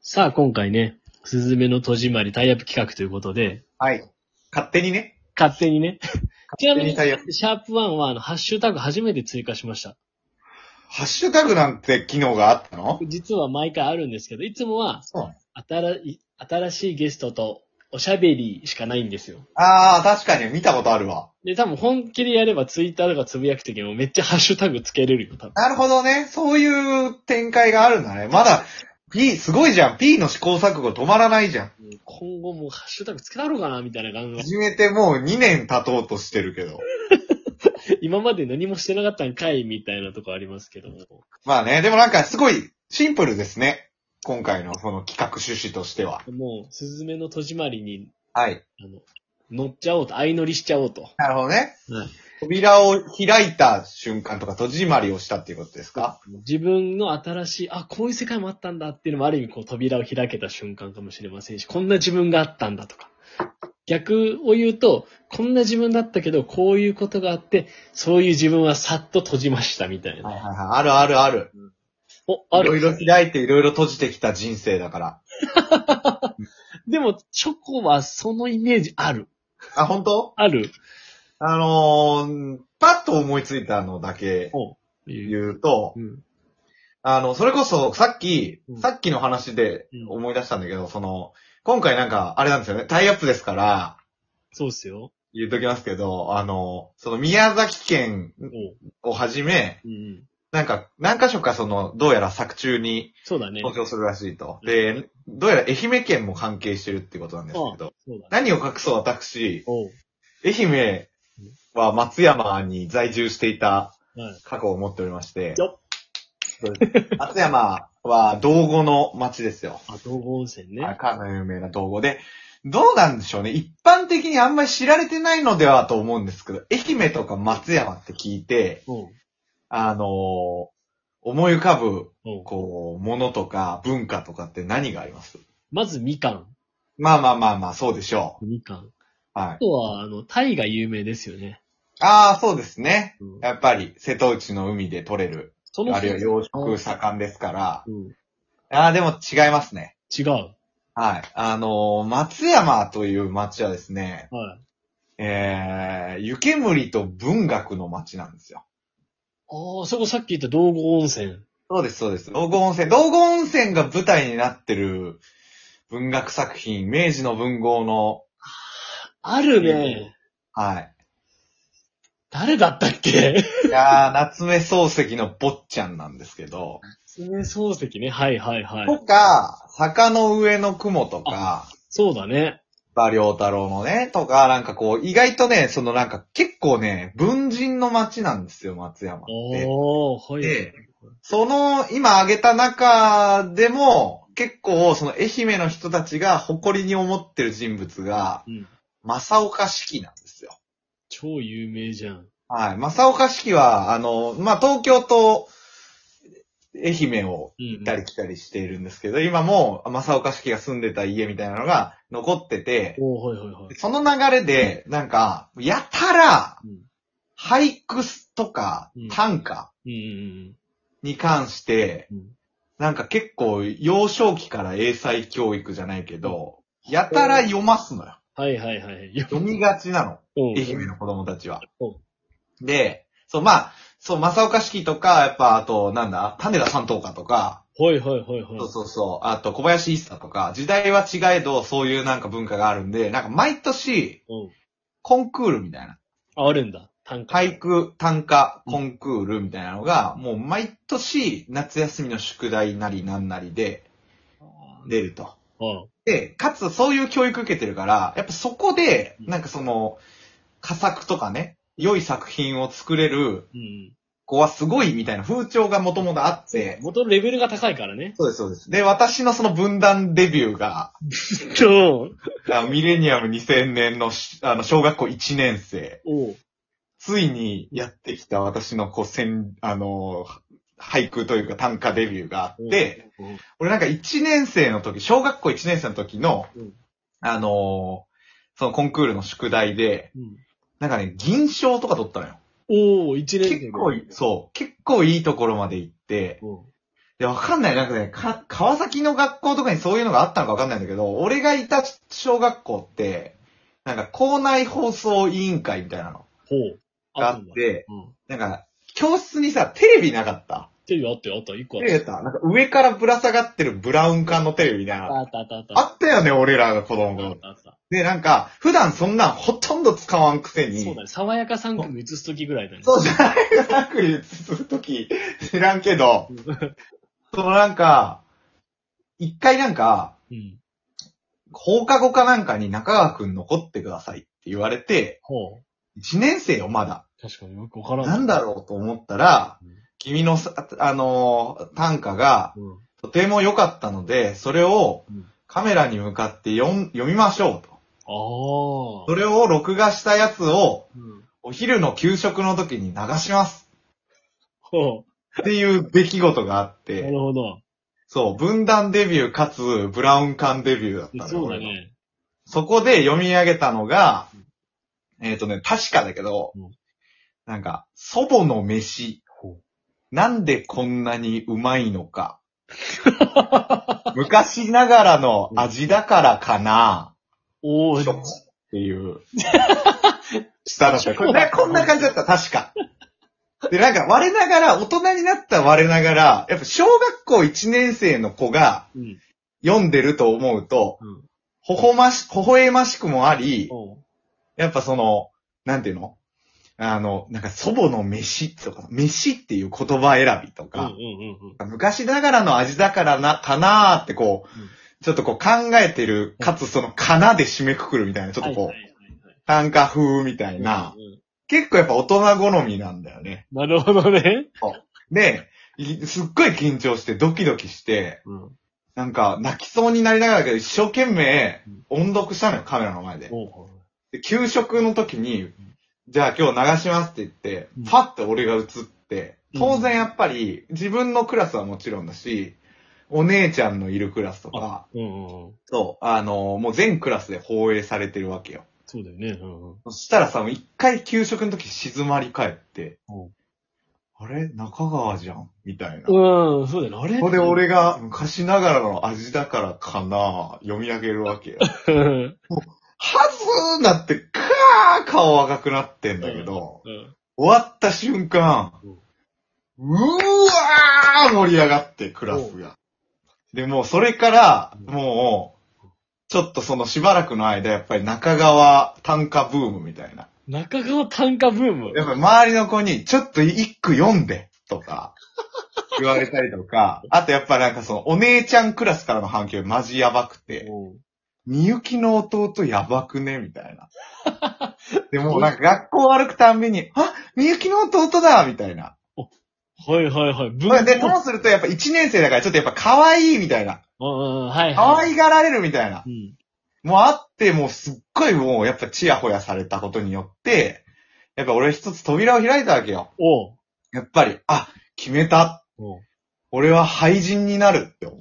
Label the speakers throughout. Speaker 1: さあ、今回ね、すずめの戸締まりタイアップ企画ということで、
Speaker 2: はい。勝手にね。
Speaker 1: 勝手にね。ちなみに、シ
Speaker 2: 勝手にタイアッ
Speaker 1: ャープ1は、あの、ハッシュタグ初めて追加しました。
Speaker 2: ハッシュタグなんて機能があったの
Speaker 1: 実は毎回あるんですけど、いつもは、
Speaker 2: そうなの
Speaker 1: 新い新しいゲストとおしゃべりしかないんですよ。
Speaker 2: ああ、確かに見たことあるわ。
Speaker 1: で、多分本気でやればツイッターとかつぶやくときもめっちゃハッシュタグつけれるよ、多分。
Speaker 2: なるほどね。そういう展開があるんだね。まだ、P、すごいじゃん。P の試行錯誤止まらないじゃん。
Speaker 1: 今後もうハッシュタグつけたろうかな、みたいな感じ。
Speaker 2: 始めてもう2年経とうとしてるけど。
Speaker 1: 今まで何もしてなかったんかい、みたいなとこありますけども。
Speaker 2: まあね、でもなんかすごいシンプルですね。今回のその企画趣旨としては。
Speaker 1: もう、すずめの戸締まりに、
Speaker 2: はい。
Speaker 1: あの、乗っちゃおうと、相乗りしちゃおうと。
Speaker 2: なるほどね。
Speaker 1: はい
Speaker 2: 扉を開いた瞬間とか閉じまりをしたっていうことですか
Speaker 1: 自分の新しい、あ、こういう世界もあったんだっていうのもある意味こう扉を開けた瞬間かもしれませんし、こんな自分があったんだとか。逆を言うと、こんな自分だったけど、こういうことがあって、そういう自分はさっと閉じましたみたい
Speaker 2: はい
Speaker 1: な。
Speaker 2: はいはい。あるあるある。
Speaker 1: お、あ
Speaker 2: いろ
Speaker 1: る。
Speaker 2: いろ開いていろいろ閉じてきた人生だから。
Speaker 1: でも、チョコはそのイメージある。
Speaker 2: あ、本当？
Speaker 1: ある。
Speaker 2: あのー、パッと思いついたのだけ
Speaker 1: おう。
Speaker 2: 言うと、
Speaker 1: うん。
Speaker 2: あの、それこそさっき
Speaker 1: うん、
Speaker 2: さっきの話で
Speaker 1: うん
Speaker 2: 思い出したんだけど、その、今回なんか、あれなんですよね、タイアップですから、
Speaker 1: そうっすよ。
Speaker 2: 言っときますけど、あの、その宮崎県
Speaker 1: おう。
Speaker 2: をはじめ、
Speaker 1: うんうん。
Speaker 2: なんか、何箇所かその、どうやら作中に
Speaker 1: そうだね。
Speaker 2: 投票するらしいと。
Speaker 1: うん
Speaker 2: で、どうやら愛媛県も関係してるってことなんです
Speaker 1: あ
Speaker 2: けど、
Speaker 1: そうだね。
Speaker 2: 何を隠そう私、
Speaker 1: おう。
Speaker 2: 愛媛は松山に在住していた
Speaker 1: はい。
Speaker 2: 過去を持っておりまして
Speaker 1: よっ、
Speaker 2: 松山は道後の町ですよ。
Speaker 1: あ、道後温泉ね。
Speaker 2: かの有名な道後で、どうなんでしょうね。一般的にあんまり知られてないのではと思うんですけど、愛媛とか松山って聞いて、
Speaker 1: おう。
Speaker 2: あのー思い浮かぶ、
Speaker 1: おう。
Speaker 2: こう、ものとか文化とかって何があります
Speaker 1: まず、みかん。
Speaker 2: まあまあまあまあ、そうでしょ
Speaker 1: みかん。
Speaker 2: う。は
Speaker 1: あ
Speaker 2: い。
Speaker 1: とは、あの、タイが有名ですよね。
Speaker 2: ああ、そうですね。
Speaker 1: うん
Speaker 2: やっぱり、瀬戸内の海で取れる。
Speaker 1: その
Speaker 2: あるいは養殖盛んですから。
Speaker 1: うん、
Speaker 2: ああ、でも違いますね。
Speaker 1: 違う。は
Speaker 2: はい。あのー松山という町はですね、
Speaker 1: い。
Speaker 2: えー、湯煙と文学の町なんですよ。
Speaker 1: ああ、そこさっき言った道後温泉。
Speaker 2: そうです、そうです。道後温泉。道後温泉が舞台になってる文学作品、明治の文豪の、
Speaker 1: あるね。
Speaker 2: はい。
Speaker 1: 誰だったっけ
Speaker 2: いやー、 夏目漱石の坊ちゃんなんですけど、
Speaker 1: 爪漱石ね。はいはいはい。
Speaker 2: とか、坂の上の雲とか、
Speaker 1: そうだね。
Speaker 2: 馬良太郎のね、とか、なんかこう、意外とね、そのなんか結構ね、文人の町なんですよ、松山って。
Speaker 1: おー、はい。
Speaker 2: で、その、今挙げた中でも、結構、その愛媛の人たちが誇りに思ってる人物が、
Speaker 1: うん。
Speaker 2: 正岡子規なんですよ。
Speaker 1: 超有名じゃん。
Speaker 2: はい。正岡子規は、あの、まあ、東京と愛媛を
Speaker 1: うん、
Speaker 2: 行ったり来たりしているんですけど、今も正岡子規が住んでた家みたいなのが残ってて、
Speaker 1: おー、はいはいはい。
Speaker 2: その流れで、なんか、やたら、
Speaker 1: うん。
Speaker 2: 俳句とか
Speaker 1: うん
Speaker 2: 短歌
Speaker 1: うんうん
Speaker 2: に関して、
Speaker 1: うんうん。
Speaker 2: なんか結構幼少期から英才教育じゃないけど、やたら読ますのよ。
Speaker 1: はいはいはい。よ
Speaker 2: 読みがちなの。
Speaker 1: うん
Speaker 2: 愛媛の子供たちは
Speaker 1: う。
Speaker 2: で、そう、まあ、そう、正岡式とか、やっぱ、あと、なんだ、種田三等家とか、
Speaker 1: はいはいはいはい。
Speaker 2: そうそうそう、あと、小林一茶とか、時代は違えど、そういうなんか文化があるんで、なんか毎年、
Speaker 1: うん。
Speaker 2: コンクールみたいな。
Speaker 1: ああるんだ。短歌。
Speaker 2: 俳句、短歌、コンクールみたいなのが、もう毎年夏休みの宿題なりなんなりで出ると。
Speaker 1: うん。
Speaker 2: で、かつそういう教育受けてるから、やっぱそこで、なんかその、佳作とかね、良い作品を作れる
Speaker 1: うん。
Speaker 2: 子はすごいみたいな風潮がもともとあって、
Speaker 1: 元のレベルが高いからね。
Speaker 2: そうです、そうです。で、私のその分断デビューが、
Speaker 1: そう。
Speaker 2: あミレニアム2000年のし、あの、小学校1年生。
Speaker 1: おう。
Speaker 2: ついにやってきた私のこう、せん、あのー、俳句というか短歌デビューがあって、
Speaker 1: うん、
Speaker 2: 俺なんか1年生の時、小学校1年生の時の、
Speaker 1: うん
Speaker 2: あのーそのコンクールの宿題で、
Speaker 1: うん。
Speaker 2: なんかね、銀賞とか取ったのよ。
Speaker 1: おお、一年生で
Speaker 2: 結構いい、そう、結構いいところまで行って、
Speaker 1: うん。
Speaker 2: いや、わかんない。なんかね、か、川崎の学校とかにそういうのがあったのかわかんないんだけど、俺がいた小学校って、なんか校内放送委員会みたいなの
Speaker 1: ほう。
Speaker 2: があ
Speaker 1: った
Speaker 2: っ
Speaker 1: んだ
Speaker 2: て、
Speaker 1: うん。
Speaker 2: なんか、教室にさ、テレビなかった
Speaker 1: テレビあったよ、あったよ、一個
Speaker 2: テ
Speaker 1: あ
Speaker 2: レ
Speaker 1: っ
Speaker 2: ビあったなんか上からぶら下がってるブラウン管のテレビみたいな
Speaker 1: た。
Speaker 2: の。
Speaker 1: あった、あった、あった。
Speaker 2: あったよね、俺らが子供
Speaker 1: あ
Speaker 2: の
Speaker 1: っ
Speaker 2: 頃。
Speaker 1: た、あった。
Speaker 2: で、なんか、普段そんなんほとんど使わんくせに、
Speaker 1: そうだね。爽やか3組映すときぐらいだね。
Speaker 2: そうじゃないサークルするとき、知らんけど、そのなんか、一回なんか、
Speaker 1: うん。
Speaker 2: 放課後かなんかに中川くん残ってくださいって言われて、
Speaker 1: ほう。
Speaker 2: 1年生よ、まだ。
Speaker 1: 確かによくわからん。
Speaker 2: なんだろうと思ったら
Speaker 1: うん、
Speaker 2: 君のさ、あのー短歌が
Speaker 1: うん。
Speaker 2: とても良かったので、それを
Speaker 1: うん
Speaker 2: カメラに向かって読ん読みましょうと。
Speaker 1: ああ。
Speaker 2: それを録画したやつを
Speaker 1: うん。
Speaker 2: お昼の給食の時に流します
Speaker 1: ほ
Speaker 2: っていう出来事があっ
Speaker 1: う。
Speaker 2: て
Speaker 1: な、るほど。
Speaker 2: そう、分断デビューかつブラウン管デビューだったのよ
Speaker 1: そうだ。
Speaker 2: 俺の
Speaker 1: ね。
Speaker 2: そこで読み上げたのが、えっ、とね、確かだけど、
Speaker 1: うん
Speaker 2: なんか、祖母の飯、
Speaker 1: ほ
Speaker 2: なんでこんなにうまいのか。昔ながらの味だからかな、
Speaker 1: おお。
Speaker 2: ショックっ ていう。したらしいこれなこんな感じだった、確か。で、なんか、我ながら、大人になった我ながら、やっぱ小学校1年生の子が、
Speaker 1: うん。
Speaker 2: 読んでると思うと、
Speaker 1: うん。
Speaker 2: ほほまし、微笑ましくもあり、
Speaker 1: おう
Speaker 2: やっぱその、なんていうのあの、なんか祖母の飯とか、飯っていう言葉選びと
Speaker 1: うんうん
Speaker 2: か、
Speaker 1: うんうん。
Speaker 2: 昔ながらの味だからな、かなーってこう、
Speaker 1: うん
Speaker 2: ちょっとこう考えてる、かつそのかなで締めくくるみたいな、ちょっとこう、
Speaker 1: はいはいはい
Speaker 2: 短歌風みたい
Speaker 1: は
Speaker 2: な、
Speaker 1: いうんうん
Speaker 2: 結構やっぱ大人好みなんだよね。
Speaker 1: なるほどね。
Speaker 2: で、いすっごい緊張してドキドキして、
Speaker 1: うん。
Speaker 2: なんか泣きそうになりながらだけど一生懸命
Speaker 1: うん
Speaker 2: 音読したのよ、カメラの前で。
Speaker 1: おう
Speaker 2: で、給食の時に、じゃあ今日流しますって言って
Speaker 1: うん、
Speaker 2: パッて俺が映って、
Speaker 1: うん
Speaker 2: 当然やっぱり自分のクラスはもちろんだし、お姉ちゃんのいるクラスとか、
Speaker 1: うんうんうん。
Speaker 2: そう、あのーもう全クラスで放映されてるわけよ。
Speaker 1: そうだよね。うんうん。
Speaker 2: そしたらさ、もう一回給食の時静まり返って
Speaker 1: うん、
Speaker 2: あれ中川じゃんみたいな。
Speaker 1: うん、そうだよね。あれ
Speaker 2: そこ で俺が昔ながらの味だからかな読み上げるわ けよ。
Speaker 1: うん。
Speaker 2: はずーなって、かー顔赤くなってんだけど、
Speaker 1: うん
Speaker 2: 終わった瞬間、うわー盛り上がって、クラスが。で、もうそれから、
Speaker 1: うん
Speaker 2: もう、ちょっとそのしばらくの間、やっぱり中川短歌ブームみたいな。
Speaker 1: 中川短歌ブーム。
Speaker 2: やっぱり周りの子に、ちょっと一句読んで、とか、言われたりとか、あとやっぱなんかその、お姉ちゃんクラスからの反響マジやばくて、
Speaker 1: うん
Speaker 2: みゆきの弟やばくねみたいな。でもうなんか学校歩くたんびに、あみゆきの弟だみたいな。
Speaker 1: はいはいはい。ブ
Speaker 2: まあで、ともするとやっぱ1年生だからちょっとやっぱ可愛いみたいな。
Speaker 1: うんうんうん、はいはい。
Speaker 2: 可愛がられるみたいな。
Speaker 1: うん。
Speaker 2: もうあって、もうすっごいもうやっぱチヤホヤされたことによって、やっぱ俺一つ扉を開いたわけよ。
Speaker 1: おう。
Speaker 2: やっぱり、あ、決めた。
Speaker 1: おう
Speaker 2: 俺は廃人になるっ て思っ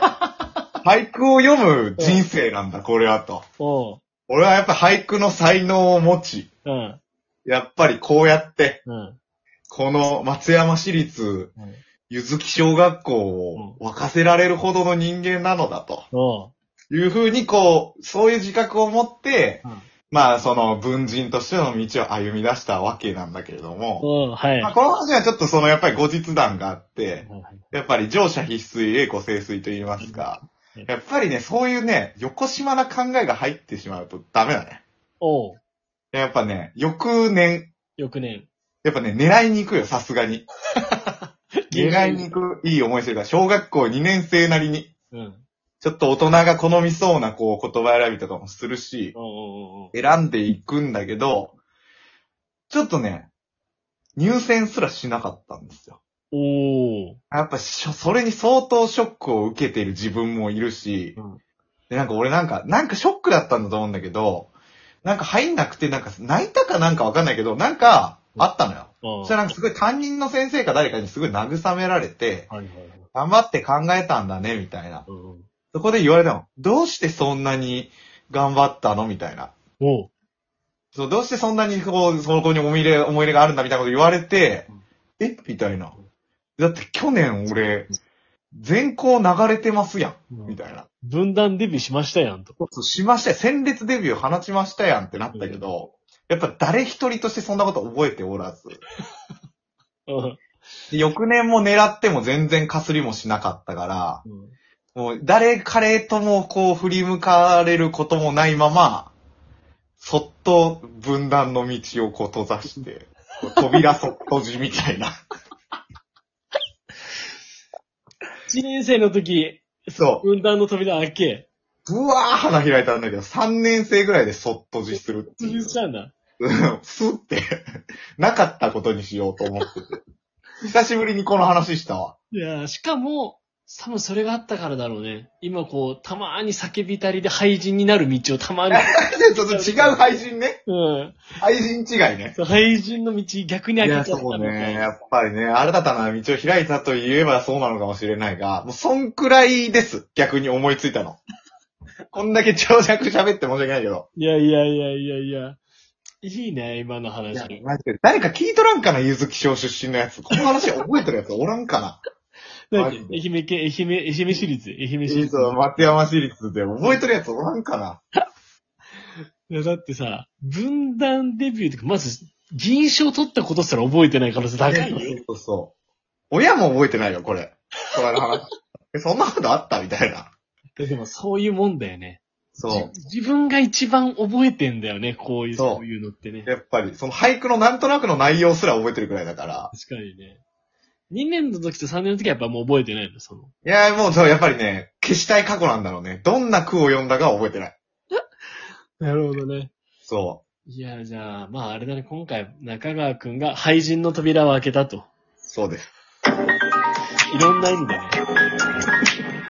Speaker 2: た。俳句を読む人生なんだ、これはと。
Speaker 1: おう。
Speaker 2: 俺はやっぱ俳句の才能を持ち、
Speaker 1: うん。
Speaker 2: やっぱりこうやって、
Speaker 1: うん。
Speaker 2: この松山市立
Speaker 1: うん
Speaker 2: ゆずき小学校を沸かせられるほどの人間なのだと。
Speaker 1: おう。
Speaker 2: いうふうに、こう、そういう自覚を持って、
Speaker 1: うん
Speaker 2: まあ、その、文人としての道を歩み出したわけなんだけれども、
Speaker 1: おう、はい。
Speaker 2: まあ、
Speaker 1: は
Speaker 2: この話はちょっとその、やっぱり後日談があっ
Speaker 1: い
Speaker 2: て、
Speaker 1: はい
Speaker 2: やっぱり乗車必須、栄枯盛衰と言いますか
Speaker 1: うん、
Speaker 2: やっぱりね、そういうね、横島な考えが入ってしまうとダメだね。
Speaker 1: おう。
Speaker 2: やっぱね、翌年、
Speaker 1: 翌年。
Speaker 2: やっぱね、狙いに行くよ、さすがに。狙いに行く、いい思いしてるから、小学校2年生なりに、
Speaker 1: うん。
Speaker 2: ちょっと大人が好みそうな、こう、言葉選びとかもするし、
Speaker 1: おうおうおうおう。
Speaker 2: 選んでいくんだけど、ちょっとね、入選すらしなかったんですよ。
Speaker 1: おう。
Speaker 2: やっぱしょ、それに相当ショックを受けている自分もいるし、
Speaker 1: うん
Speaker 2: で、なんか俺なんか、なんかショックだったんだと思うんだけど、なんか入んなくて、なんか泣いたかなんかわかんないけど、なんかあったのよ。
Speaker 1: うん
Speaker 2: そしたらなんかすごい担任の先生か誰かにすごい慰められて、
Speaker 1: はいはいはい。
Speaker 2: 頑張って考えたんだね、みたいな。
Speaker 1: うんうん
Speaker 2: そこで言われたの。どうしてそんなに頑張ったのみたいな。
Speaker 1: おう。
Speaker 2: そう、どうしてそんなにこう、そこに思い入れ、思い入れがあるんだみたいなこと言われて
Speaker 1: うん、
Speaker 2: えみたいな。だって去年俺、全校流れてますやん、
Speaker 1: うん
Speaker 2: みたいな。
Speaker 1: 分断デビューしましたやんと。
Speaker 2: そうしましたよ。戦列デビュー放ちましたやんってなったけど、やっぱ誰一人としてそんなこと覚えておらず。
Speaker 1: うん
Speaker 2: で翌年も狙っても全然かすりもしなかったから、もう誰彼ともこう振り向かれることもないまま、そっと分断の道をこう閉ざして、こう扉そっとじみたいな。
Speaker 1: 一年生の時、
Speaker 2: そ
Speaker 1: 分断の扉開け、
Speaker 2: う。ぶわー花開いたんだけど、3年生ぐらいでそっとじするってい
Speaker 1: 潰
Speaker 2: う
Speaker 1: し。ちゃうんだ。
Speaker 2: うんスッて、なかったことにしようと思ってて。久しぶりにこの話したわ。
Speaker 1: いやーしかも、多分それがあったからだろうね。今こう、たまーに叫びたりで廃人になる道をた まに。
Speaker 2: ちょっと違う配信ね。
Speaker 1: うん。
Speaker 2: 配信違いね。
Speaker 1: そう廃人の道逆に開け
Speaker 2: い
Speaker 1: ちゃ
Speaker 2: や、
Speaker 1: ったみ
Speaker 2: そ
Speaker 1: た
Speaker 2: う
Speaker 1: い
Speaker 2: ね。
Speaker 1: な。
Speaker 2: やっぱりね、新たな道を開いたと言えばそうなのかもしれないが、もうそんくらいです。逆に思いついたの。こんだけ長尺喋って申し訳ないけど。
Speaker 1: いやいやいやいやいや。いいね、今の
Speaker 2: い
Speaker 1: 話。
Speaker 2: や、マジで。誰か聞いとらんかな、ゆずき賞出身のやつ。この話覚えてるやつおらんかな。
Speaker 1: なん
Speaker 2: マ
Speaker 1: で
Speaker 2: ジで
Speaker 1: 愛媛県、愛媛、愛媛市立、愛媛市
Speaker 2: いい
Speaker 1: 立。
Speaker 2: ぞ、松山市立で覚えてるやつおらんかな。
Speaker 1: いやだってさ、分断デビューとか、まず、銀賞取ったことすら覚えてない可能性高いよ。
Speaker 2: そうそうそう。親も覚えてないよ、これ。これの話。 えそんなことあったみたいな。
Speaker 1: でもそういうもんだよね。
Speaker 2: そう。
Speaker 1: 自分が一番覚えてんだよね、こういう、
Speaker 2: そう
Speaker 1: そういうのってね。
Speaker 2: やっぱり、その俳句のなんとなくの内容すら覚えてるくらいだから。
Speaker 1: 確かにね。2年の時と3年の時はやっぱもう覚えてないの、その。
Speaker 2: いやーもうそう、やっぱりね、消したい過去なんだろうね。どんな句を読んだかは覚えてない。
Speaker 1: なるほどね。
Speaker 2: そ
Speaker 1: いや、じゃあ、まああれだね、今回、中川くんが廃人の扉を開けたと。
Speaker 2: う。そうです。
Speaker 1: いろんな意味でね。